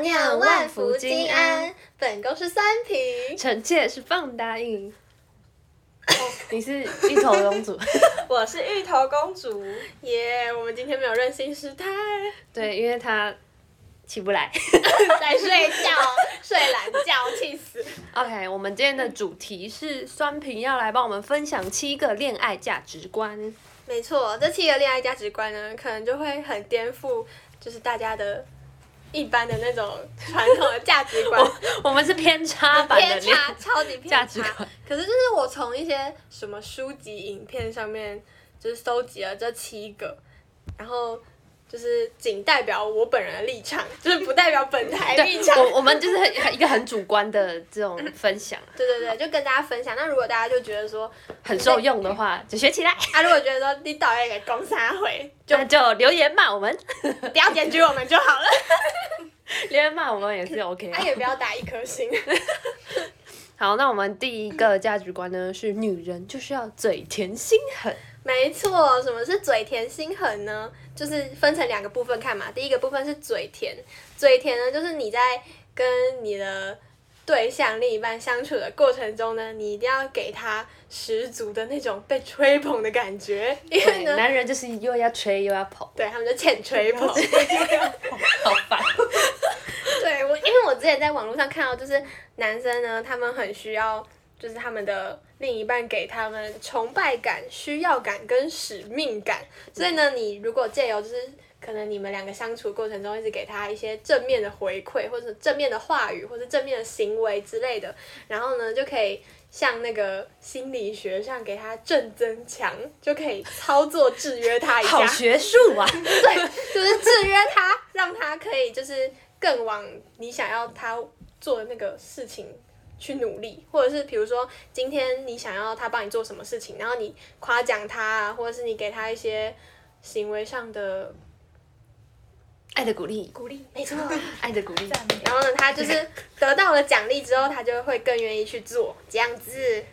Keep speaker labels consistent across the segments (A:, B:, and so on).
A: 酿万福金安。本宫是三品，
B: 臣妾是放答应。你是一头公 主，
C: 我是芋头公主，
A: 耶、我们今天没有任性失态，
B: 对，因为她起不来。
A: 在睡觉， 睡懒觉，气死。
B: OK，我们今天的主题是酸平要来帮我们分享七个恋爱价值观。
A: 没错，这七个恋爱价值观呢，可能就会很颠覆，就是大家的一般的那种传统的价值观。
B: 我们是偏差版的
A: 偏
B: 恋
A: 差，超级
B: 价
A: 偏
B: 值
A: 差
B: 观。
A: 可是就是我从一些什么书籍、影片上面，就是搜集了这七个，然后就是仅代表我本人的立场，就是不代表 本台立场。
B: 我我们就是很一个很主观的这种分享，
A: 对对对，就跟大家分享。那如果大家就觉得说，
B: 很受用的话就学起来，
A: 啊，如果觉得说你导演给攻三回，就
B: 那就留言骂我们，
A: 不要检举我们就好 了，
B: 留言骂我们也是 OK
A: 他
B: 啊。
A: 也不要打一颗星。
B: 好，那我们第一个价值观呢是女人就是要嘴甜心狠，
A: 没错，什么是嘴甜心狠呢？就是分成两个部分看嘛。第一个部分是嘴甜，嘴甜呢，就是你在跟你的对象、另一半相处的过程中呢，你一定要给他十足的那种被吹捧的感觉，因为
B: 对，
A: 呢，
B: 男人就是又要吹又要跑，
A: 对他们就欠吹捧。
B: 好烦。
A: 对我，因为我之前在网络上看到，就是男生呢，他们很需要，就是他们的另一半给他们崇拜感、需要感跟使命感。所以呢，你如果借由就是可能你们两个相处过程中，一直给他一些正面的回馈，或者正面的话语，或者正面的行为之类的，然后呢，就可以。像那个心理学上给他正增强，就可以操作制约他一下。
B: 好学术 啊！
A: 就是制约他，让他可以就是更往你想要他做的那个事情去努力，或者是比如说今天你想要他帮你做什么事情，然后你夸奖他啊，或者是你给他一些行为上的
B: 爱的鼓励，
A: 鼓励，没错。
B: 爱的鼓励。
C: 赞美。
A: 然后呢，他就是得到了奖励之后，他就会更愿意去做这样子。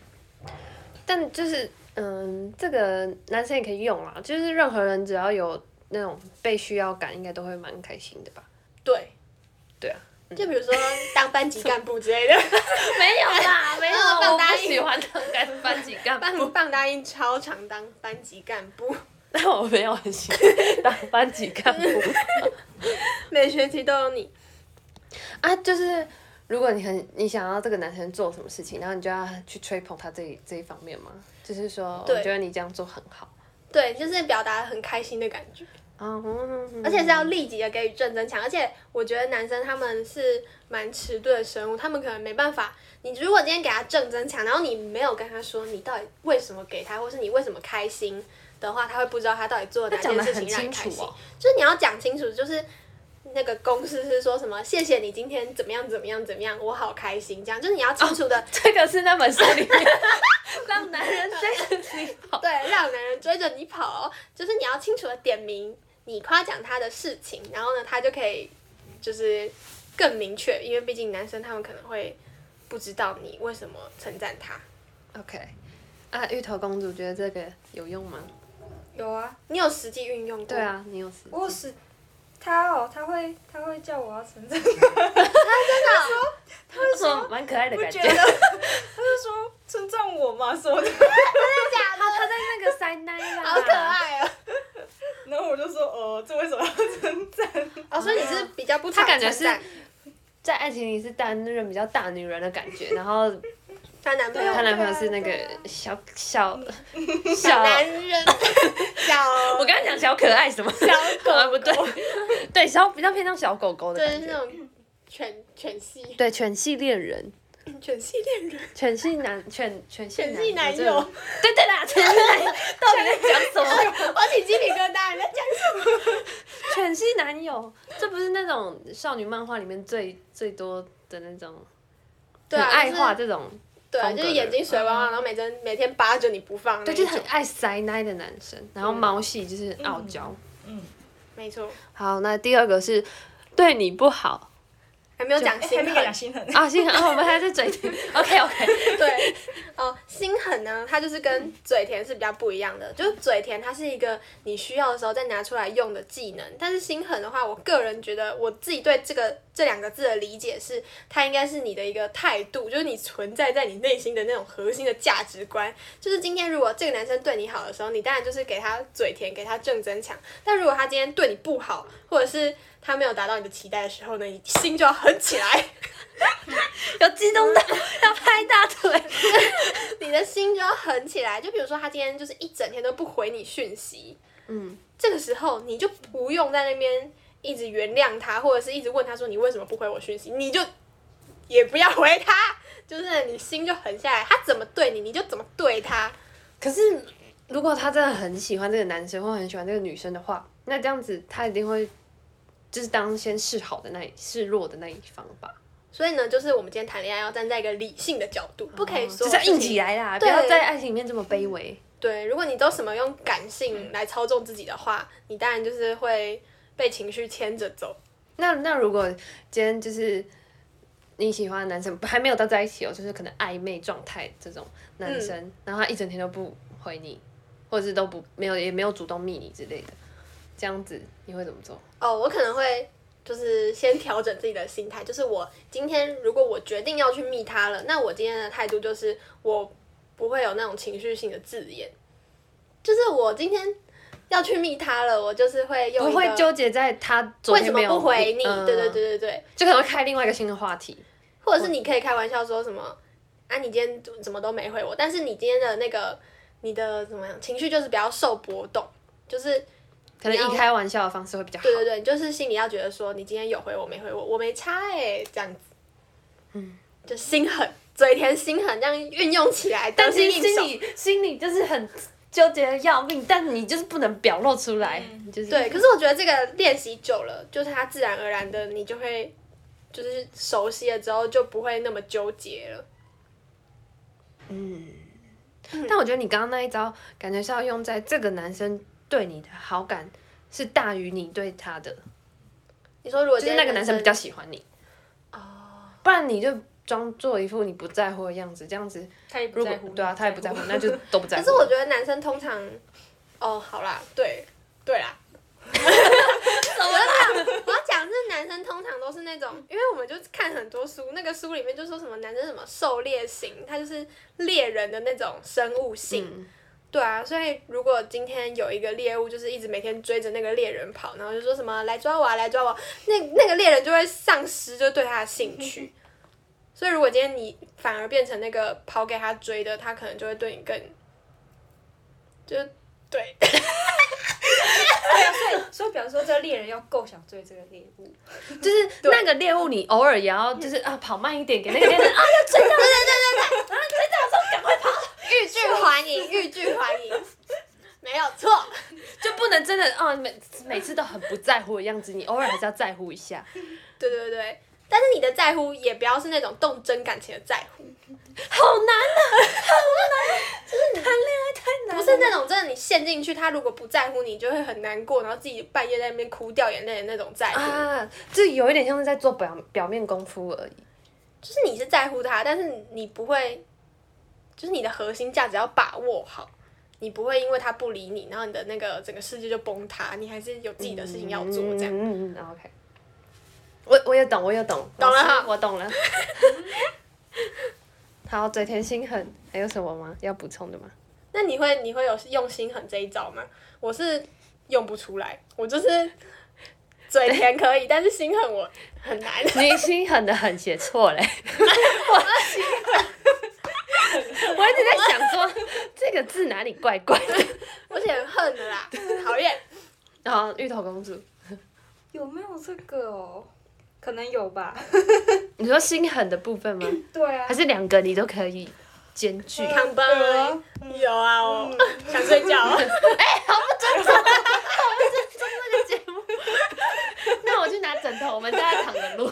B: 但就是，嗯，这个男生也可以用啦，就是任何人只要有那种被需要感，应该都会蛮开心的吧？
A: 对，
B: 对啊，
A: 就比如说当班级干部之 类的，
B: 没有啦，没
A: 有
B: 我
A: 我不
B: 不喜
A: 喜
B: 欢当干班级干部，
A: 棒棒答应超常当班级干部。
B: 但我没有很喜欢当班级干 部
A: 每学期都有你，
B: 啊。就是如果你很你想要这个男生做什么事情，然后你就要去吹捧他这一这一方面嘛，就是说，我
A: 对
B: 觉得你这样做很好。
A: 对，就是表达很开心的感觉。
B: 啊，嗯
A: 而且是要立即的给予正增强。而且我觉得男生他们是蛮迟钝的生物，他们可能没办法。你如果今天给他正增强，然后你没有跟他说你到底为什么给他，或是你为什么开心的话，他会不知道他到底做了哪
B: 讲的
A: 件事
B: 很
A: 情让你
B: 清
A: 开
B: 楚
A: 心。
B: 哦，
A: 就是你要讲清楚，就是那个公式是说什么，谢谢你今天怎么样怎么样怎么样，我好开心，这样就是你要清楚的、
B: 这个是那本书里面让男人追着你跑。
A: 对，让男人追着你跑，就是你要清楚的点明你夸奖他的事情，然后呢，他就可以就是更明确，因为毕竟男生他们可能会不知道你为什么称赞他。
B: OK，啊，芋头公主觉得这个有用吗？
C: 有啊，
A: 你有实际运用过？
B: 对，啊，你有实际
C: 我是他哦，他会他会叫我要成长，
B: 嗯蛮可爱的
C: 我
B: 感
C: 觉
B: 觉。
C: 得
B: 他
C: 他就说尊重我嘛什么的，
A: 假的，
B: 在那个塞奶啦，
A: 好可。爱哦！
C: 然后我就说呃，这为什么要称赞？
A: 哦，所以你是比较不常
B: 他感觉
A: 称赞
B: 在爱情里是担任比较大女人的感觉，然后
A: 她男朋友
B: 她
C: 对啊
B: 男朋友是那个小小小
A: 小，男人小，
B: 我刚才讲小可爱什么？小 狗不对，对小比较偏向小狗狗的
A: 对
B: 感
A: 是
B: 觉
A: 那。种犬犬系
B: 对犬系恋人，
A: 犬系恋人，
B: 犬系男犬犬系
A: 犬系男
B: 这
A: 友
B: 种，对对 啦，犬系男友到底在讲什么？
A: 我起鸡皮疙瘩，你在讲
B: 犬系男友，这不是那种少女漫画里面最最多的那种
A: 对
B: 很
A: 啊，
B: 爱
A: 就是
B: 画这种，
A: 对啊，
B: 风
A: 就
B: 格的
A: 是眼睛水汪汪，
C: 嗯
A: 然后每天每天扒着你不放那
B: 对，
A: 一
B: 就
A: 种。嗯
B: 是很爱塞奶的男生，然后猫系就是很傲娇。
C: 嗯，
A: 没错，
B: 好，那第二个是对你不好
A: 还没有讲
C: 哎还
A: 心
C: 没
A: 狠
C: 给。讲心狠，
B: 啊，心狠、啊，我们还在嘴甜。OK OK，
A: 对，哦，心狠粉呢，它就是跟嘴甜是比较不一样的，就是嘴甜它是一个你需要的时候再拿出来用的技能，但是心狠的话，我个人觉得我自己对这个这两个字的理解是，它应该是你的一个态度，就是你存在在你内心的那种核心的价值观。就是今天如果这个男生对你好的时候，你当然就是给他嘴甜，给他正增强；但如果他今天对你不好，或者是他没有达到你的期待的时候呢，你心就要狠起来。
B: 有激动 到要拍大腿。
A: 你的心就要狠起来。就比如说，他今天就是一整天都不回你讯息，
B: 嗯，
A: 这个时候你就不用在那边一直原谅他，或者是一直问他说你为什么不回我讯息，你就也不要回他，就是你心就狠下来，他怎么对你，你就怎么对他。
B: 可是如果他真的很喜欢这个男生或很喜欢这个女生的话，那这样子他一定会就是当先示好的那一示弱的那一方吧，
A: 所以呢，就是我们今天谈恋爱要站在一个理性的角度，不可以说
B: 哦就是要硬起来啦，不
A: 对
B: 要在爱情里面这么卑微。
A: 对，如果你都什么用感性来操纵自己的话，你当然就是会被情绪牵着走。
B: 那那如果今天就是你喜欢的男生还没有到在一起哦，就是可能暧昧状态这种男生，
A: 嗯
B: 然后他一整天都不回你，或者是都不没有也没有主动密你之类的，这样子你会怎么做？
A: 哦，我可能会就是先调整自己的心态，就是我今天如果我决定要去密他了，那我今天的态度就是我不会有那种情绪性的字眼，就是我今天要去密他了，我就是会用
B: 不
A: 一
B: 会
A: 个
B: 纠结在他昨
A: 为
B: 天
A: 什
B: 没
A: 么
B: 有
A: 不回你，
B: 嗯
A: 对对对对对，
B: 就可能会开另外一个新的话题。
A: 或者是你可以开玩笑说什么啊，你今天怎么都没回我，但是你今天的那个你的怎么样情绪就是比较受波动，就是
B: 可能
A: 你要
B: 以开玩笑的方式会比较好。
A: 对对对，你就是心里要觉得说，你今天有回我没回我，我没差哎、这样子。嗯，就心狠，嘴甜心狠，这样运用起来，
B: 但
A: 得
B: 是
A: 心
B: 心
A: 应手。
B: 里心里就是很纠结的要命，但你就是不能表露出来，你就是
A: 对，可是我觉得这个练习久了，就是它自然而然的，你就会就是熟悉了之后就不会那么纠结了。
B: 嗯但我觉得你刚刚那一招，感觉是要用在这个男生对你的好感是大于你对他的，
A: 你说如果
B: 就是
A: 今
B: 那个
A: 天
B: 男生比较喜欢你。哦。不然你就装作一副你不在乎的样子，这样子
C: 他也
B: 如果对啊，他也不在乎，那就都不在
A: 可
B: 乎。
A: 是我觉得男生通常，哦，好啦，对，对啦。怎么了？我要讲是男生通常都是那种，因为我们就看很多书，那个书里面就说什么男生什么狩猎型，他就是猎人的那种生物性。
B: 嗯
A: 对啊，所以如果今天有一个猎物，就是一直每天追着那个猎人跑，然后就说什么来抓我啊，来抓我啊，那那个猎人就会丧失就对他的兴趣。 所以如果今天你反而变成那个跑给他追的，他可能就会对你更，就是对，
C: 啊所以，比方说，这个猎人要够想追这个猎物，
B: 就是
A: 对
B: 那个猎物，你偶尔也要就是啊跑慢一点给那个猎人啊，
A: 欲拒还迎，欲拒还迎， 没有错。
B: 就不能真的啊每每次都很不在乎的样子，你偶尔还是要在乎一下。
A: 对对对，但是你的在乎也不要是那种动真感情的在 乎，
B: 好
A: 啊
B: 难
A: 不是那种真的你陷进去，他如果不在乎你，就会很难过，然后自己半夜在那边哭掉眼泪的那种在乎。
B: 啊，这有一点像是在做表表面功夫而已。
A: 就是你是在乎他，但是你不会，就是你的核心价值要把握好，你不会因为他不理你，然后你的那个整个世界就崩塌，你还是有自己的事情要做，这样。
B: 嗯嗯嗯，OK。我我也懂，我也懂，
A: 懂了
B: 老师
A: 哈
B: 我懂了。好，嘴甜心狠，还有什么吗？要补充的吗？
A: 那你会你会有用心狠这一招吗？我是用不出来，我就是嘴甜可以，但是心狠我很难。
B: 你心狠的很写错嘞，我我一直在想说这个字哪里怪怪的。
A: 我写恨的啦，讨厌。
B: 然后芋头公主，
C: 有没有这个哦？可能有吧。
B: 你说心狠的部分吗？
C: 对啊
B: 还。是两个你都可以兼具？
C: 嗯
A: 康邦有啊，我想睡觉哦。
B: 那我去拿枕头，我们大家躺着录。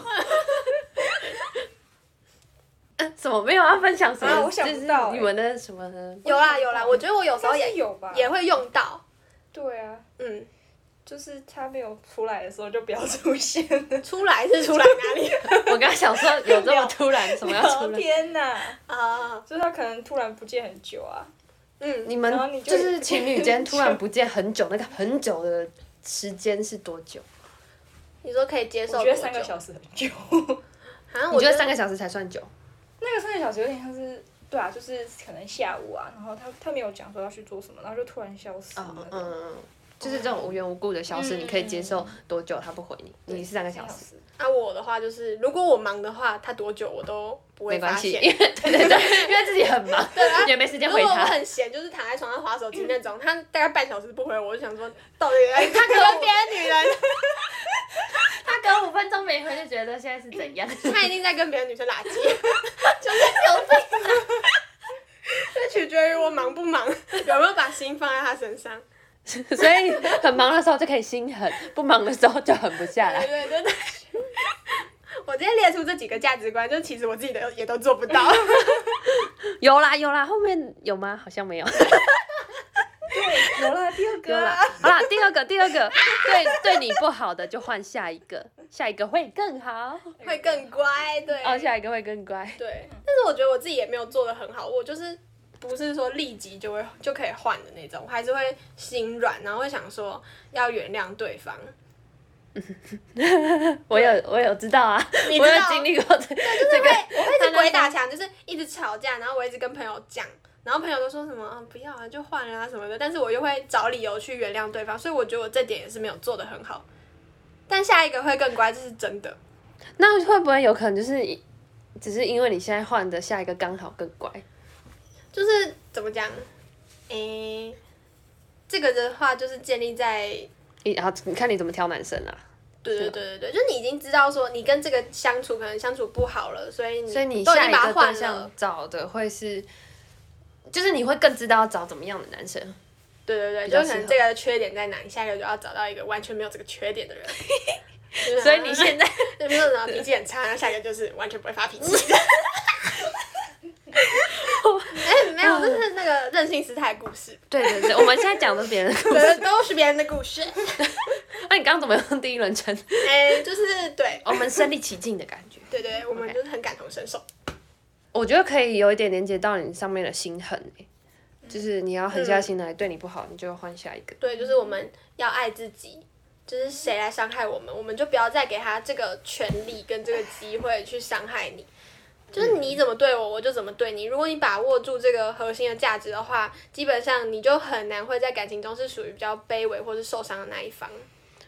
B: 嗯，什么没有要分享什么？
C: 啊我想不到
B: 就是你们的什么呢？
A: 有啦有啦，我觉得我有时候啊
C: 应该
A: 也
C: 是有吧。
A: 也会用到，
C: 对啊，
A: 嗯，
C: 就是他没有出来的时候就不要出现 了。
A: 出来是出来哪 里
B: 我刚想说有这么突然，什么要出来？
C: 天哪！
A: 啊？
C: 就是他可能突然不见很久啊，
A: 嗯，
B: 你们
C: 然后你就
B: 就是情侣间突然不见很久，那个很久的时间是多久？
A: 你说可以接受
C: 我
A: 多
C: 觉
A: 久？
C: 得三个小时很久。
A: 好像
B: 你
A: 我
B: 觉得
A: 觉
B: 三
A: 得
B: 个小时才算久？
C: 那个三个小时有点像是，对啊，就是可能下午啊，然后他他没有讲说要去做什么，然后就突然消失
B: 嗯
C: 了。
B: 嗯，嗯，就是这种无缘无故的消失，
C: 嗯
B: 你可以接受多久？他不回你，你是三个
C: 三
B: 小
C: 个小
B: 时，
C: 时，
A: 啊，我的话就是，如果我忙的话，他多久我都不会
B: 没
A: 发
B: 关系，
A: 现。
B: 因为对对对，因为自己很忙，也没时间
A: 如
B: 回
A: 果我
B: 他。
A: 很闲，就是躺在床上划手机那种，他大概半小时不回我，我就想说，到底哎他跟别的女人，
B: 他隔五分钟没回就觉得现在是怎样？
A: 他一定在跟别的女生拉 鸡，就是有病、 这取决于我忙不忙，有没有把心放在他身上。
B: 所以很忙的时候就可以心狠，不忙的时候就狠不下
A: 对
B: 来。
A: 对对对。 我今天列出这几个价值观，就其实我自己的也都做不到。
B: 有啦有啦，后面有吗？好像没有。
C: 有啦，第二
B: 有
C: 个啊
B: 啦
C: 啦，，
B: 好啦，第二个第二个， 对对你不好的就换下一个，下一个会更好，
A: 会更乖，对。
B: 哦，下一个会更乖。
A: 对，但是我觉得我自己也没有做的很好，我就是不是说立即就会就可以换的那种，我还是会心软，然后会想说要原谅对 方。
B: 我有我有知道啊，
A: 你知道
B: 我有经历过这 这个，
A: 我会一直鬼打墙，就是一直吵架，然后我一直跟朋友讲，然后朋友都说什么、啊、不要啊，就换了啊什么的，但是我又会找理由去原谅对方，所以我觉得我这点也是没有做的很好。但下一个会更乖，这是真的。
B: 那会不会有可能就是只是因为你现在换的下一个刚好更乖？
A: 就是怎么讲，诶、这个的话就是建立在
B: 你然后你看你怎么挑男生啊？
A: 对对对对对，就你已经知道说你跟这个相处可能相处不好了，所以你
B: 所以你
A: 都已
B: 下
A: 经
B: 一
A: 把它
B: 个对
A: 换
B: 象
A: 了。
B: 找的会是，就是你会更知道找怎么样的男生。
A: 对对对，
B: 比较
A: 就
B: 适
A: 可
B: 合
A: 能这个缺点在哪，你下一个就要找到一个完全没有这个缺点 的人。啊就是
B: 所以你 现在
A: 就比如说什么脾气很差，然后下一个就是完全不会发脾气。 哎，没有，这是那个任性时态的故事，
B: 对对对，我们现在讲的是别人的故事。
A: 对，都是别人的故事。
B: 那、你刚刚怎么用第一人称？
A: 哎，就是对，
B: 我们身临其境的感觉。
A: 对对，我们就是很感同身受。
B: 我觉得可以有一点连接到你上面的心狠、欸，就是你要狠下心来，对你不好，你就换下一个。
A: 嗯对，就是我们要爱自己，就是谁来伤害我们，我们就不要再给他这个权利跟这个机会去伤害你。就是你怎么对我，我就怎么对你。如果你把握住这个核心的价值的话，基本上你就很难会在感情中是属于比较卑微或是受伤的那一方。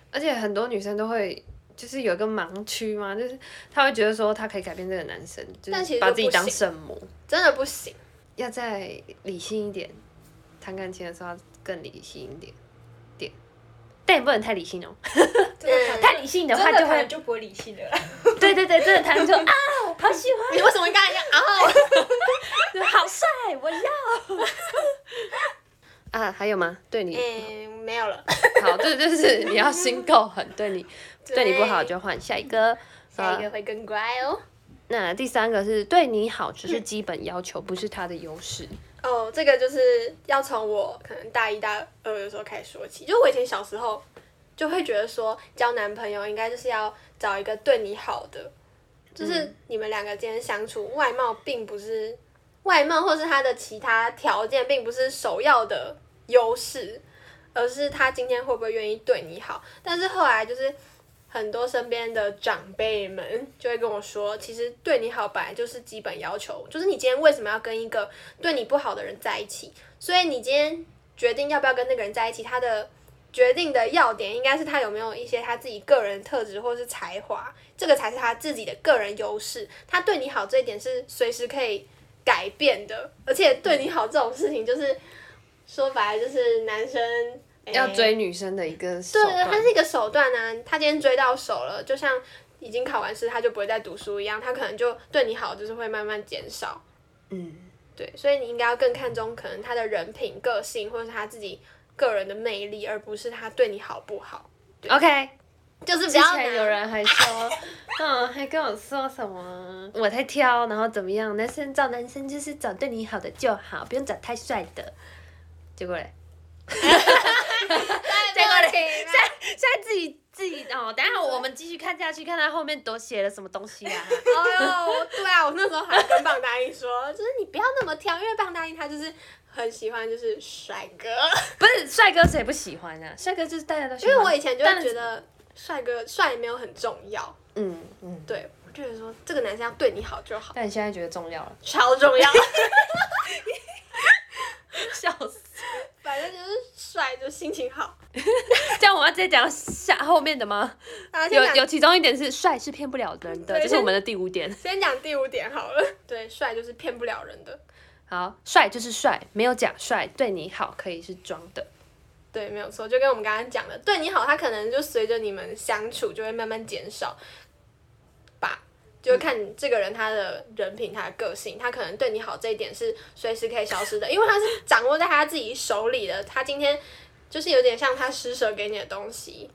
B: 而且很多女生都会。就是有一个盲区嘛，就是她会觉得说她可以改变这个男生，就
A: 但其
B: 是
A: 实
B: 把自己
A: 就不
B: 当
A: 行
B: 圣母，
A: 真的不行，
B: 要再理性一点，谈感情的时候要更理性一点，点，但也不能太理性哦，
C: 真的可能
B: 嗯太理性的话
C: 真的
B: 就
C: 可能
B: 会，
C: 就不会理性的啦。
B: 对对对，真的谈就啊，好喜欢，
A: 你为什么跟他一样啊？
B: 好帅，我要。 啊，还有吗？对你
A: 哎、没有了。
B: 好，对，就是 你要心够狠，对你对你不好就换下一个。
A: 下 一个
B: 啊
A: 会更乖哦。
B: 那第三个是对你好，只是基本要求，不是他的优势。
A: 哦，这个就是要从我可能大一、大二的时候开始说起。就我以前小时候就会觉得说，交男朋友应该就是要找一个对你好的，就是你们两个之间相处，外貌并不是外貌或是他的其他条件，并不是首要的优势，而是他今天会不会愿意对你好。但是后来就是。很多身边的长辈们就会跟我说，其实对你好本来就是基本要求，就是你今天为什么要跟一个对你不好的人在一起。所以你今天决定要不要跟那个人在一起，他的决定的要点应该是他有没有一些他自己个人特质或是才华，这个才是他自己的个人优势。他对你好这一点是随时可以改变的，而且对你好这种事情，就是说白了就是男生、诶
B: 要追女生的一个手
A: 对对，
B: 段
A: 它，是一个手段啊。他今天追到手了，就像已经考完试，他就不会再读书一样，他可能就对你好，就是会慢慢减少。
B: 嗯，
A: 对，所以你应该要更看重可能他的人品、个性，或者是他自己个人的魅力，而不是他对你好不好。
B: OK。
A: 就是
B: 之
A: 不要拿
B: 前有人还 说，嗯，还跟我说什么我太挑，然后怎么样？男生找男生就是找对你好的就好，不用找太帅的。结果嘞，结果嘞
A: 对不起
B: 现在自己自己哦，等一下我们继续看下去，看他后面都写了什么东西啊？
A: 哎呦，对啊，我那时候还跟棒答应说，就是你不要那么挑，因为棒答应他就是很喜欢就是帅 哥，
B: 不是帅哥谁不喜欢啊？帅哥就是大家都喜
A: 因
B: 欢。
A: 为我以前就
B: 但
A: 会觉得帅哥帅没有很重要，
B: 嗯嗯，
A: 对我就觉得说这个男生要对你好就好，
B: 但你现在觉得重 要了，
A: 超重要，
B: 笑死！
A: 反正就是帅就心情好。
B: 这样我们要直接讲下后面的吗？
A: 啊，先
B: 有
A: 讲
B: 有其中一点是帅是骗不了人的，
A: 对
B: 这是我们的第五点。
A: 先讲第五点好了，对，帅就是骗不了人的，
B: 好，帅就是帅，没有假帅，对你好可以是装的。
A: 对，没有错，就跟我们刚刚讲的，对你好，他可能就随着你们相处就会慢慢减少，吧，就会看这个人他的人品、他的个性，他可能对你好这一点是随时可以消失的，因为他是掌握在他自己手里的，他今天就是有点像他施舍给你的东西。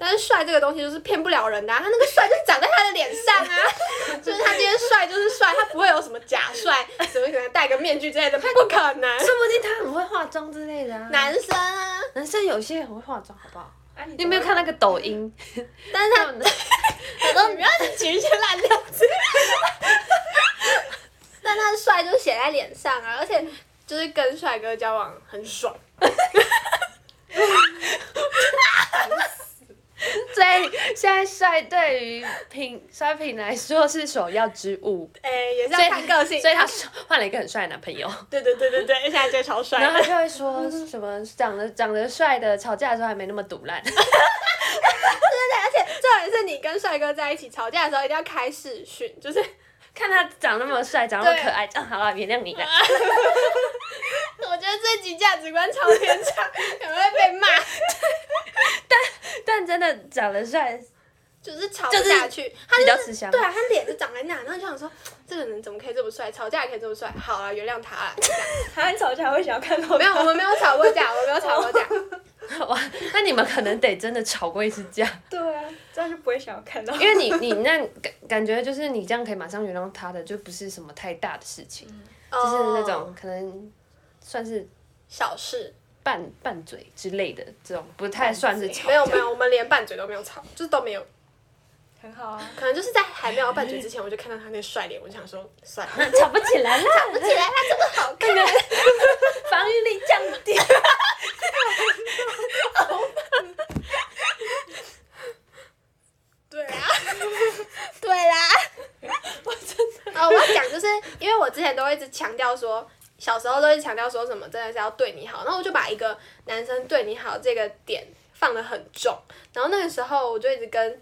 A: 但是帅这个东西就是骗不了人的、啊，他那个帅就是长在他的脸上啊，就是他今天帅就是帅，他不会有什么假帅，什么可能戴个面具之类的，不可能。
B: 说不定他很会化妆之类的啊。
A: 男生啊，
B: 男生有些很会化妆，好不好？
C: 啊，你
B: 你有没有看那个抖 音？
A: 但是
B: 他
A: 他
B: 们
A: 我说你不要举一些烂例子。 但他帅就写在脸上啊，而且就是跟帅哥交往很爽。
B: 所以现在帅对于品帅品来说是首要之 务，
A: 哎、也是
B: 所以
A: 要看个性。
B: 所以他换了一个很帅的男朋友，
A: 对对对对对，现在最超帅
B: 然后
A: 的
B: 他。就会说什么长得长得帅的，吵架的时候还没那么毒烂。
A: 而且重点是你跟帅哥在一起吵架的时候，一定要开视讯， 就是
B: 看他长那么帅，长那么
A: 对
B: 可爱，这样好了，原谅 你了。
A: 我觉得这集价值观超偏差， 可能会被骂，
B: 但真的长得帅，
A: 就是吵不下去。他
B: 比
A: 就
B: 较
A: 是
B: 吃香
A: 对啊，他脸就长在那，然后你就想说这个人怎么可以这么帅，吵架也可以这么帅，好啊了，原谅他了。
C: 他吵架会想要看 到
A: 没有，我们没有吵过架，我们没有吵过架。
B: 哇，那你们可能得真的吵过一次架，
C: 对啊，这样就不会想要看到。
B: 因为你你那感感觉就是你这样可以马上原谅他的，就不是什么太大的事情，就是那种可能算是
A: 哦小事，
B: 拌拌嘴之类的这种，不太算是吵架。
A: 没有没有，我们连拌嘴都没有吵，就是都没有。
C: 很好啊，
A: 可能就是在还没有拌嘴之前，我就看到他那帅脸，我就想说算了，
B: 吵不起来啦，
A: 而且他这么好看，
B: 防御力降低。
A: 对啊，对啦，我真的啊，我要讲就是因为我之前都一直强调说。小时候都一直强调说什么真的是要对你好，然后我就把一个男生对你好这个点放得很重，然后那个时候我就一直跟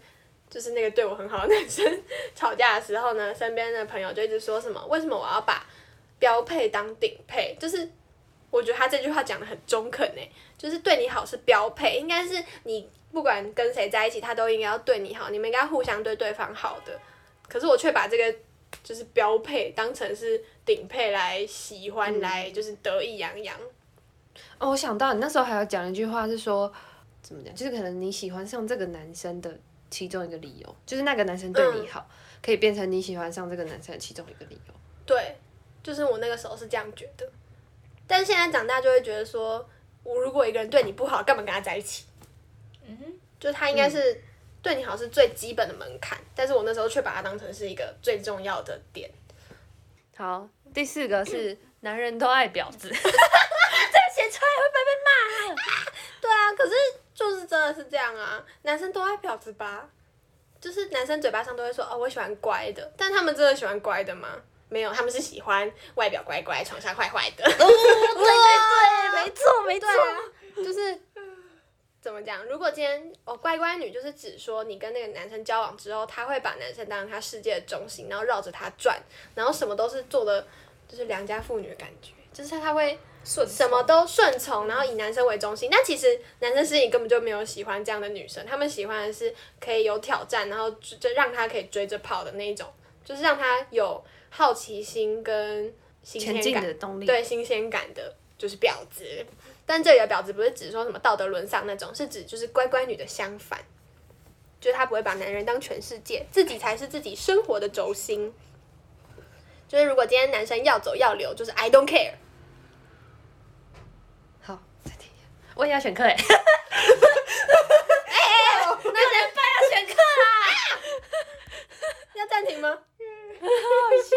A: 就是那个对我很好的男生吵架的时候呢，身边的朋友就一直说什么为什么我要把标配当顶配，就是我觉得他这句话讲的很中肯诶、就是对你好是标配，应该是你不管跟谁在一起，他都应该要对你好，你们应该互相对对方好的。可是我却把这个就是标配当成是顶配来喜欢，来就是得意洋洋。
B: 哦，我想到你那时候还有讲一句话是说，怎么讲？就是可能你喜欢上这个男生的其中一个理由，就是那个男生对你好，可以变成你喜欢上这个男生的其中一个理由。
A: 对，就是我那个时候是这样觉得，但是现在长大就会觉得说，我如果一个人对你不好，干嘛跟他在一起？
C: 嗯哼，
A: 就是他应该是、对你好是最基本的门槛，但是我那时候却把它当成是一个最重要的点。
B: 好，第四个是男人都爱婊 子，
A: 对啊，可是就是真的是这样啊，男生都爱婊子吧？就是男生嘴巴上都会说哦，我喜欢乖的，但他们真的喜欢乖的吗？没有，他们是喜欢外表乖乖、床上坏坏的。
B: 对对对，没错没错
A: 哦对啊，就是 怎么讲？如果今天哦，乖乖女就是指说你跟那个男生交往之后，她会把男生当成她世界的中心，然后绕着他转，然后什么都是做的，就是良家妇女的感觉，就是她会
C: 顺
A: 什么都顺从，然后以男生为中心。但其实男生心里根本就没有喜欢这样的女生，他们喜欢的是可以有挑战，然后就就让他可以追着跑的那一种，就是让他有好奇心跟新
B: 前
A: 鲜
B: 进
A: 感。
B: 的动力。
A: 对新鲜感的，就是婊子。但这里的婊子不是指说什么道德沦丧那种，是指就是乖乖女的相反，就是她不会把男人当全世界，自己才是自己生活的轴心。就是如果今天男生要走要留，就是 I don't care。
B: 好，再听一下。我也要选课 哎，
A: 那人办要选课啦！要暂停吗？
B: 好笑。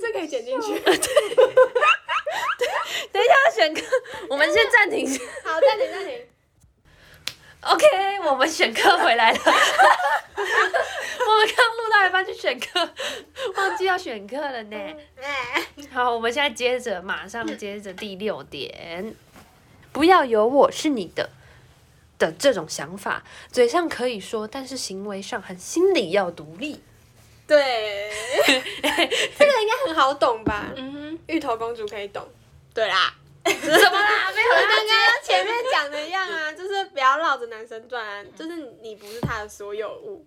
A: 这可以剪进去。
B: 等一下要选课，我们先暂停一下。
A: 好，暂停，暂停。
B: OK，我们选课回 来了。我们刚录到一半去选课，忘记要选课了呢。
A: 哎，
B: 好，我们现在接着，马上接着第六点，不要有我是你的的这种想法，嘴上可以说，但是行为上和心理要独立。
A: 对， 这个应该很好懂吧？
C: 嗯
A: 芋头公主可以懂。对啦，
B: 怎么 啦？没有
A: 和
B: 啦
A: 刚刚前面讲的一样啊，就是不要绕着男生转啊，就是你不是他的所有物。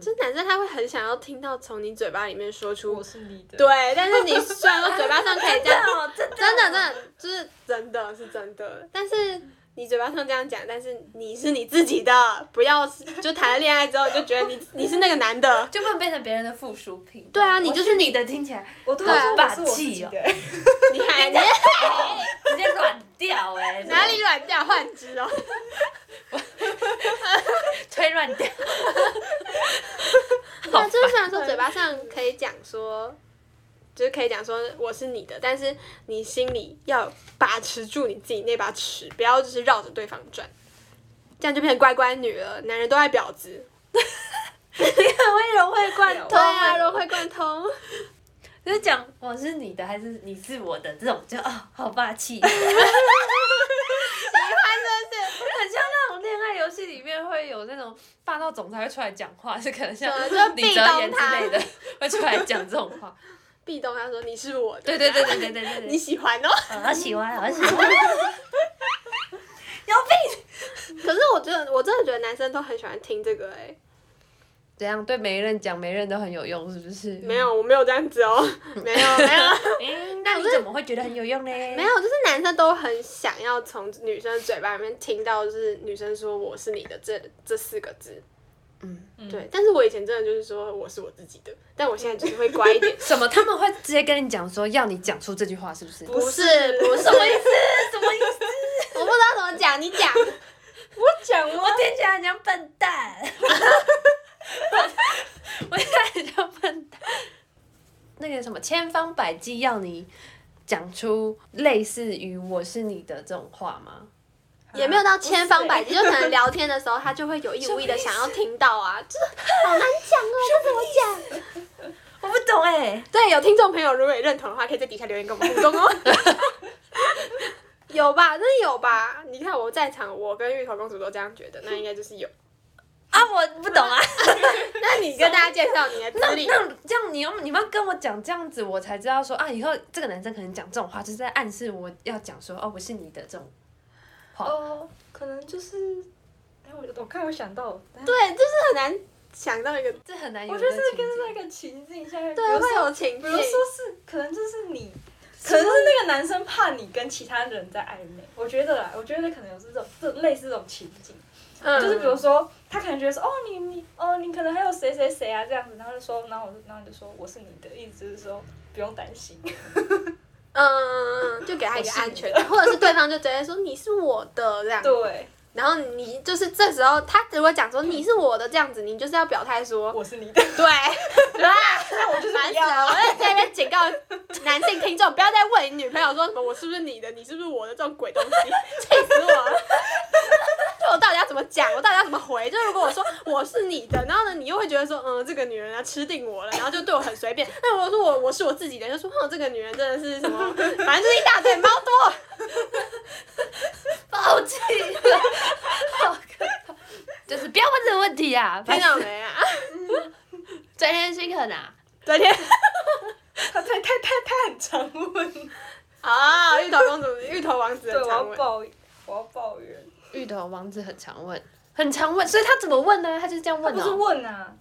A: 就男生他会很想要听到从你嘴巴里面说
C: 哼，
A: 出
C: 我是你
B: 啊
C: 的。，
A: 对，但是你虽然说嘴巴上可以这样，
B: 真的
A: 真的，哦真的就是真的是真的，但是你嘴巴上这样讲，但是你是你自己的，不要就谈了恋爱之后你就觉得你你是那个男的，
B: 就不能变成别人的附属品。
A: 对啊，你就是你
B: 的，听起来
C: 我突然说
B: 好
C: 我是我
B: 霸
C: 自
B: 气
C: 己
B: 哦
C: 的。
A: 你还
B: 直接软掉 哎、
A: 哪里软掉换只哦，
B: 推软 掉？
A: 对啊，就是虽然说嘴巴上可以讲说。就是可以讲说我是你的，但是你心里要把持住你自己那把尺，不要就是绕着对方转，这样就变成乖乖女了。男人都爱婊子，
B: 你很会融会贯
C: 对
A: 啊，融会贯通。
B: 就是讲我是你的还是你是我的这种，就哦好霸 气，
A: 喜欢真是
B: 很像那种恋爱游戏里面会有那种霸道总裁会出来讲话， 是可能像
A: 对就是
B: 李
A: 壁
B: 哲
A: 咚
B: 言之
A: 他
B: 类的 会出来讲这种话。
A: 壁咚，他说你是我的，
B: 对对对对对对对
A: 你
B: 对，
A: 喜欢哦。
B: 我好喜欢，好喜欢。有病！
A: 可是我真的，我真的觉得男生都很喜欢听这个哎、
B: 怎样对每一任讲，每一任都很有用，是不是？
A: 没有，我没有这样子哦，没有没有
B: 嗯，那你怎么会觉得很有用呢？
A: 没有，就是男生都很想要从女生嘴巴里面听到，就是女生说我是你的这这四个字。
B: 嗯，。
A: 对，但是我以前真的就是说我是我自己的，但我现在就是会乖一点
B: 什么？他们会直接跟你讲说要你讲出这句话，是不是？
A: 不是不是，
B: 什么意思？什么意思？
A: 我不知道怎么讲，你讲。
C: 我 讲哦吗？
B: 听起来很像笨 蛋。我现在很像笨蛋。那个什么，千方百计要你讲出类似于“我是你的”这种话吗？
A: 也没有到千方 百计，就可能聊天的时候，他就会有意无意的想要听到啊，就是好难讲哦，这怎么讲？
B: 我不懂哎、
A: 对，有听众朋友如果也认同的话，可以在底下留言跟我们互动哦。 有吧？真的有吧？你看我在场，我跟芋头公主都这样觉得，那应该就是有。
B: 啊，我不懂 啊。
A: 那你跟大家介绍你的资历，
B: 那这样你要你们要跟我讲这样子，我才知道说啊，以后这个男生可能讲这种话，就是在暗示我要讲说哦，我是你的这种。
C: 哦，可能就是，哎，我我看我想到，对
A: 对，就是很难想到一个，
B: 这很难有
C: 我
B: 一
C: 觉
B: 个
C: 得
B: 情
C: 是
B: 景。
C: 跟那个情境下面，比
A: 对，
C: 如
A: 会
C: 说，
A: 有情
C: 比如说
A: 绪。
C: 是，可能就是你，可能是那个男生怕你跟其他人在暧昧，我觉得啦，我觉得可能有这种这类似这种情境，
A: 嗯
C: 就是比如说他可能觉得说，哦你你哦你可能还有谁谁谁啊这样子，然后就说，然后我就然后你就说我是你的，意思就是说不用担心，
A: 嗯嗯，嗯就给他一个
C: 我是你的
A: 安全感，或者是对方就直接说你是我的这样，
C: 对，
A: 然后你就是这时候他如果讲说你是我的这样子，你就是要表态说
C: 我是你的，
A: 对，
C: 那我就是
A: 烦
C: 不
A: 死了！
C: 要
A: 我
C: 啊，
A: 在那边警告男性听众，不要再问你女朋友说什么“我是不是你的，你是不是我的”这种鬼 东西，气死我了！就我到底要怎么讲，我到底要怎么回？就如果我说我是你的，然后呢，你又会觉得说，嗯，这个女人啊吃定我了，然后就对我很随便。那如果说我我是我自己的，就说，嗯哼，这个女人真的是什 么，反正就是一大堆猫多。
B: 暴气 了，好可怕！就是不要问这个问题 啊，
A: 听到没 啊？
B: 昨天心狠啊，
A: 昨天
C: 他他他他他很常问，
A: 啊，芋头公主、芋头王子
C: 对，
A: 的
C: 我
A: 长
C: 要
A: 吻，
C: 抱我要抱怨，
B: 芋头王子很常问，很常问，所以他怎么问呢？他就是这样
C: 他
B: 问
C: 不
B: 的、
C: 是
B: 哦，
C: 问啊，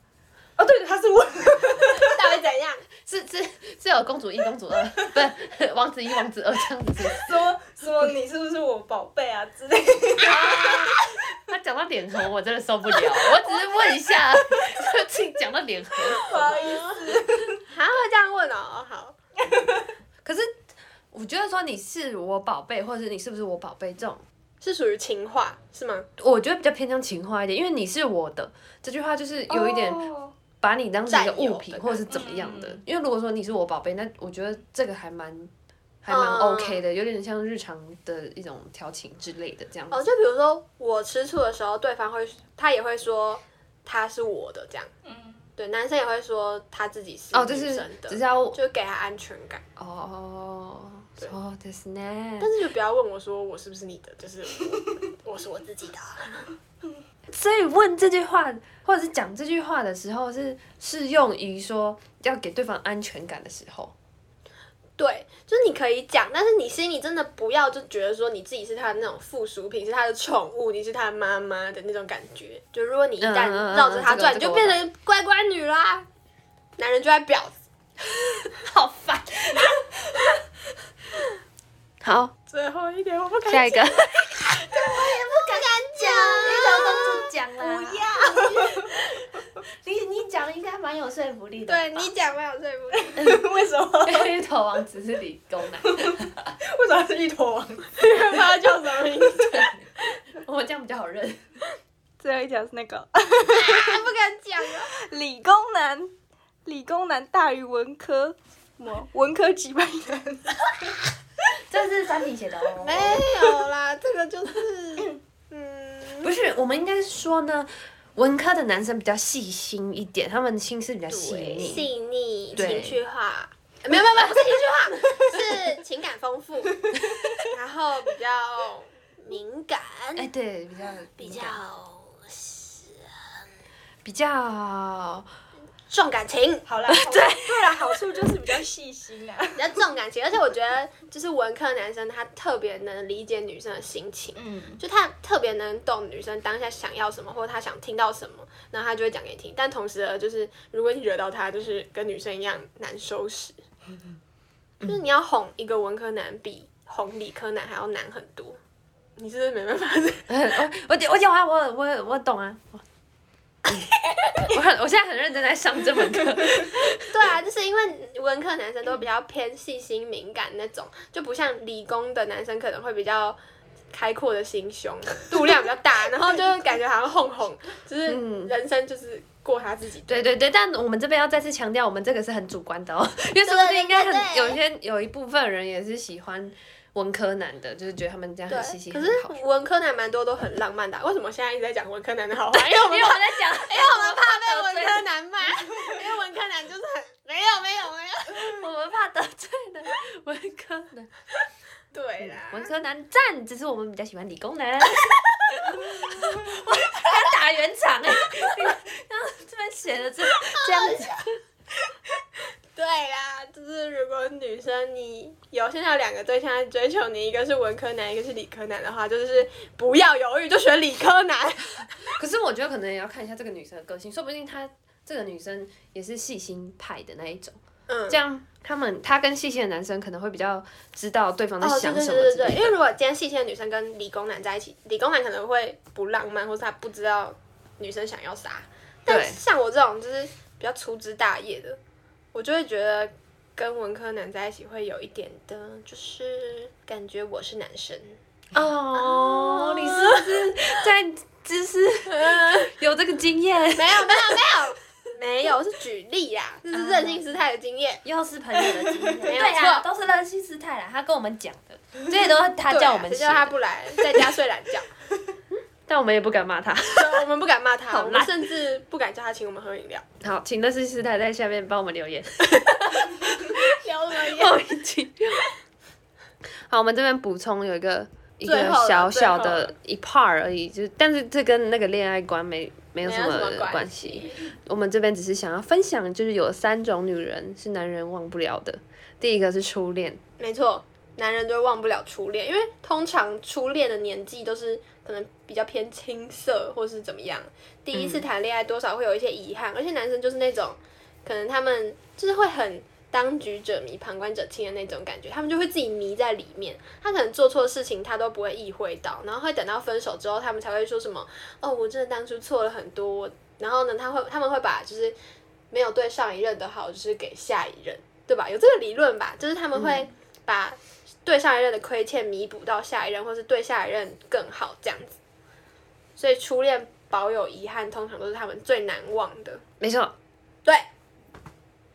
C: 哦对，他是问。
A: 到底怎样？
B: 是是是有公主一、公主二，不是王子一、王子二这样子。
C: 说说你是不是我宝贝啊之类的，
B: 他讲到脸红，我真的受不了，我只是问一下， 就自己讲到脸红。
C: 不好意思，
A: 还会这样问哦？哦好，
B: 可是我我觉得说你是我宝贝，或者是你是不是我宝贝这种，
A: 是属于情话是吗？
B: 我觉得比较偏向情话一点，因为你是我的这句话就是有一点
C: 哦
B: 把你当成一个
A: 占有
B: 物品
A: 的
B: 或者是怎么样的
C: 感觉嗯嗯。
B: 因为如果说你是我宝贝，那我觉得这个还蛮还蛮
A: 嗯
B: OK 的，有点像日常的一种调情之类的这样
A: 哦，
B: 子。
A: 就比如说我吃醋的时候，对方会他也会说他是我的这样，
C: 嗯，
A: 对，男生也会说他自己是
B: 哦，就
A: 女
B: 是
A: 生的，
B: 只是要
A: 就给他安全感，
B: 哦，そうです
A: 但
B: ね。
A: 是就不要问我说我是不是你的，就是 我我是我自己的。啊
B: 所以问这句话或者是讲这句话的时候，是适用于说要给对方安全感的时候。
A: 对，就是你可以讲，但是你心里真的不要就觉得说你自己是他的那种附属品，是他的宠物，你是他妈妈的那种感觉。就如果你一旦
B: 嗯嗯嗯
A: 绕着他转，
B: 这个
A: 你
B: 这个
A: 就
B: 我
A: 变成乖乖女啦，男人就爱婊子。
B: 好烦。好，
A: 最后一点我不敢
B: 下一 个。
D: 讲啦，不要， 你你讲的应该蛮有说服力的。
A: 对你讲没有说服力，
C: 为什么？
B: 因为头王子是理工男，
C: 为什么是一坨王？
A: 不知道叫什么名字，
B: 我们这样比较好 认。
C: 最后一条是那个
A: 不敢讲了。
C: 理工男，理工男大于文科，我文科几百人。
D: 这是三体写的哦。
A: 没有哎啦，这个 就是，嗯，
B: 不是，我们应该是说呢，文科的男生比较细心一点，他们心思比较细腻。
A: 细腻、
B: 对
A: 情绪化，没有没有没有，不是情 绪化，是情感丰 富，然后比较敏感，
B: 哎，对，比较
A: 比较
B: 比较
A: 重感情，
C: 好 啦，对对啦，好处就是比较细心啊。
A: 比较重感情，而且我觉得就是文科男生他特别能理解女生的心情。
C: 嗯，
A: 就他特别能懂女生当下想要什么，或者他想听到什么，然后他就会讲给你听。但同时呢，就是如果你惹到他，就是跟女生一样难收拾。嗯就是你要哄一个文科男，比哄理科男还要难很多。你是不是没办法？
B: 我我我讲啊，我我我懂啊。 我我很我现在很认真在上这 门课，
A: 对啊，就是因为文科男生都比较偏细心敏感那种，就不像理工的男生可能会比较开阔的心胸，度量比较大，然后就感觉好像哄哄，就是
B: 嗯
A: 人生就是过他自己的。
B: 对对对，但我们这边要再次强调，我们这个是很主观的哦，因为说不定应该很有一些有一部分人也是喜欢文科男的，就是觉得他们这样很细心
A: 可
B: 很好。
A: 是文科男蛮多都很浪漫的啊、为什么现在一直在讲文科男的好 话？因为我们
B: 因为我在讲，因为
A: 我们怕被文科男骂， 因为文科男就是很没有没有没 有。
B: 我们怕得罪的 文科男，
A: 对啦，
B: 文科男赞，只是我们比较喜欢理工男。 我还打圆场哎、欸， 然后这边写的这这样子，
A: 对啦，就是如果女生你有现在有两个对象在追求你，一个是文科男，一个是理科男的话，就是不要犹豫，就选理科男。
B: 可是我觉得可能也要看一下这个女生的个性，说不定她这个女生也是细心派的那一种，
A: 嗯
B: 这。样他们她跟细心的男生可能会比较知道对方在
A: 哦，对
B: 想
A: 对
B: 什么
A: 对
B: 之类
A: 对
B: 的。
A: 对，因为如果今天细心的女生跟理工男在一起，理工男可能会不浪漫，或是他不知道女生想要啥。但
B: 对
A: 像我这种就是比较粗枝大叶的，我就会觉得跟文科男在一起会有一点的，就是感觉我是男生。
B: 哦，你是不是在就是 有这个经 验？
A: 没有没有 没有没有，我是举例啦， 这是任性失态的经验。
B: 又是朋友的经验，
A: 没
B: 嗯
A: 有
B: 对啊，
A: 错
B: 都是热心师太啦，他跟我们讲的，这些都是他
A: 对啊
B: 叫我们
A: 谁
B: 写
A: 叫他
B: 的，
A: 不来，在家睡 懒觉，
B: 但我们也不敢骂他。
A: 所以我们不敢骂他，
B: 好
A: 我们
B: 烂
A: 甚至不敢叫他请我们喝饮料。
B: 好，请热心师太在下面帮我们留 言，
A: 聊什么夜
B: 莫名其妙。好，我们这边补充有一个一
A: 最
B: 个
A: 后了
B: 小小
A: 最后
B: 的一 part 而已，就是但是这跟那个恋爱观没没有什
A: 没有什么
B: 么
A: 关
B: 关系。我们这边只是想要分享，就是有三种女人是男人忘不了的。第一个是初恋，
A: 没错，男人都忘不了初恋，因为通常初恋的年纪都是可能比较偏青涩，或是怎么样。第一次谈恋爱多少会有一些遗憾，而且男生就是那种，可能他们就是会很当局者迷、旁观者清的那种感觉，他们就会自己迷在里面。他可能做错事情，他都不会意会到，然后会等到分手之后，他们才会说什么“哦，我真的当初错了很多”。然后呢，他会他们会把就是没有对上一任的好，就是给下一任，对吧？有这个理论吧？就是他们会把对上一任的亏欠弥补到下一任，或是对下一任更好这样子。所以初恋保有遗憾，通常都是他们最难忘的。
B: 没错。
A: 对，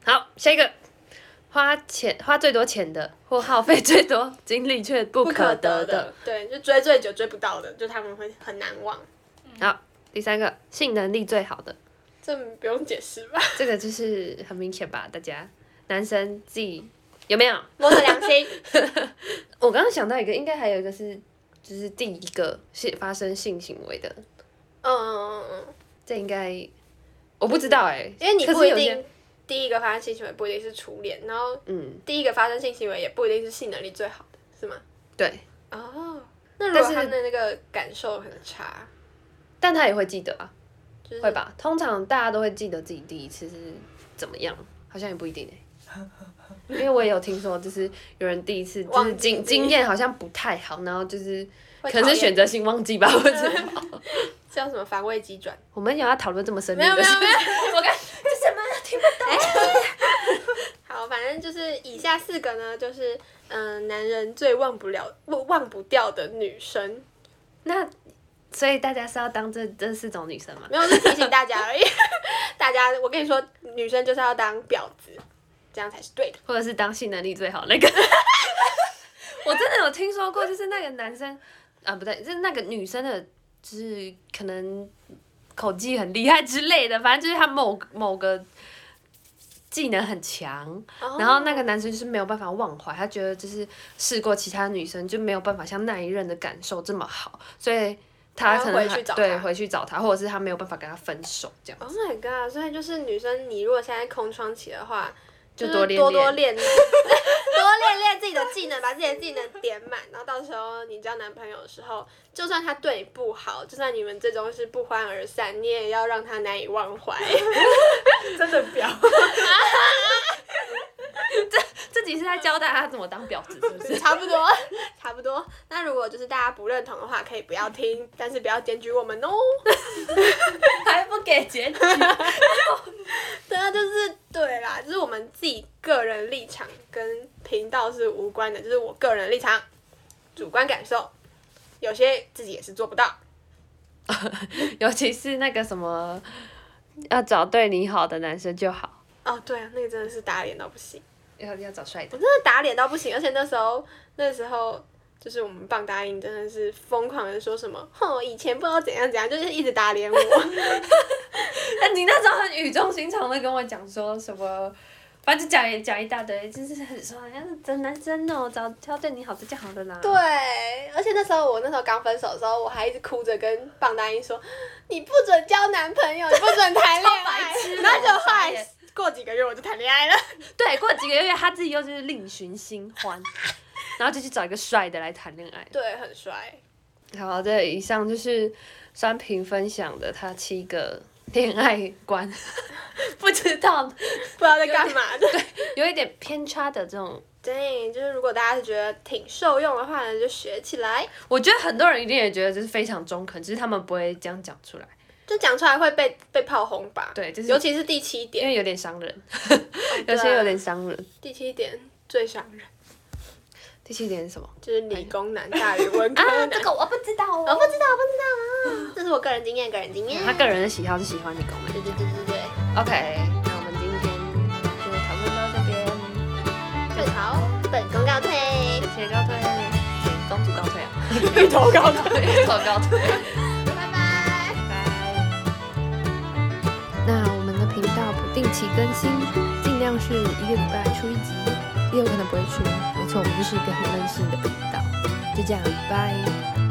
B: 好，下一个，花钱花最多钱的或耗费最多精力却不
A: 不
B: 可
A: 可
B: 得
A: 得
B: 的
A: 的。，对，就追最久追不到的，就他们会很难忘。
B: 好，第三个，性能力最好的，
A: 这不用解释吧？
B: 这个就是很明显吧？大家男生自己有没有？
A: 摸着良心，
B: 我刚刚想到一个，应该还有一个是，就是第一个是发生性行为的，
A: 嗯嗯嗯嗯，
B: 这应该我不知道哎、
A: 因为你
B: 可
A: 不
B: 是
A: 一
B: 有些
A: 定第一个发生性行为不一定是初恋，然后
B: 嗯，
A: 第一个发生性行为也不一定是性能力最好的，是吗？
B: 对，
A: 哦，那如果
B: 但是
A: 他们的那个感受很差，
B: 但他也会记得啊，
A: 就是
B: 会？吧？通常大家都会记得自己第一次是怎么样，好像也不一定哎、因为我也有听说，就是有人第一次就
A: 忘
B: 是
A: 记
B: 经
A: 自己
B: 经验好像不太好，然后就是
A: 会
B: 可能
A: 讨
B: 是
A: 厌
B: 选择性忘记吧，我不知道。
A: 叫什么防卫机转？
B: 我们也要讨论这么深入
A: 没有
B: 的
A: 没
B: 事
A: 有没有。
D: 我看这什么听不懂。
A: 好，反正就是以下四个呢，就是嗯、呃男人最忘不了、忘忘不掉的女生，
B: 那所以大家是要当这这四种女生吗？
A: 没有是提醒大家而已。 大家，我跟你说，女生就是要当婊子，这样才是对的。
B: 或者是当性能力最好那个。 我真的有听说过，就是那个男生啊，不对，就是那个女生的，就是可能口技很厉害之类的，反正就是他某某个技能很强，
A: 哦
B: 然后那个男生就是没有办法忘怀，他觉得就是试过其他女生就没有办法像那一任的感受这么好，所以他
A: 他
B: 可能
A: 回
B: 还
A: 去找
B: 对
A: 他
B: 回去找他，或者是他没有办法跟他分手这样。
A: Oh my god！所以就是女生，你如果现在空窗期的话，
B: 就是多
A: 多
B: 练
A: 多 练多练练自己的技能，把自己的技能点满，然后到时候你交男朋友的时候，就算他对你不好，就算你们最终是不欢而散，你也要让他难以忘怀。
C: 真的婊，
B: 自己是在教大家怎么当婊子，是不 是？
A: 差不多，差不多。那如果就是大家不认同的话，可以不要听，但是不要检举我们哦。
D: 还不给结局，
A: 对啊，就是对啦，就是我们自己个人立场跟频道是无关的，就是我个人立场、主观感受，有些自己也是做不到。
B: 尤其是那个什么，要找对你好的男生就好，
A: 哦，对啊，那个真的是打脸到不行，
B: 要要找帅的
A: 我。真的打脸到不行，而且那时候那时候。就是我们棒答应真的是疯狂的说什么，哼，以前不知道怎样怎样，就是一直打脸我，
B: 哎， 你那时候很语重心长的跟我讲说什么，反正就讲一讲一大堆，就是很说好像是真男生哦，找挑对你好的就好了啦。
A: 对，而且那时候我那时候刚分手的时候，我还一直哭着跟棒答应说，你不准交男朋友，你不准 谈恋爱
B: 白痴，的
A: 然后就后
B: 傻眼
A: 来过几个月我就谈恋爱了。
B: 对，过几个月他自己又就是另寻新欢， 然后就去找一个帅的来谈恋爱。
A: 对，很帅。
B: 好，这以上就是酸平分享的他七个恋爱观， 不知道
A: 不知道在干嘛的。
B: 有一点偏差的这种
A: 对，就是如果大家是觉得挺受用的话呢，就学起来，
B: 我觉得很多人一定也觉得这是非常中肯，只是他们不会这样讲出来，
A: 就讲出来会被被炮轰吧。
B: 对就是
A: 尤其是第七
B: 因
A: 点，
B: 为有点伤 人，
A: 对
B: 有
A: 啊
B: 些有点伤人。
A: 第七点最伤人，
B: 第七点是什么？
A: 就是理工男大于文科
D: 啊，
A: 男。
D: 这个我不知道
A: 我
D: 哦
A: 不。知道，我不知道啊，这是我个人经验，个人经验。
B: 他个人的喜好是喜欢理工男。
A: 对对对对对，
B: OK，那我们今天就讨论到这边，
A: 正好本宫告退，
B: 姐姐告退，姐公主告退啊，
A: 芋头告退。
B: 我告退。
A: 拜拜。
E: 那我们的频道不定期更新，尽量是一个礼拜出一集，也有可能不会出。没错，我们就是一个很任性的频道。就这样，拜。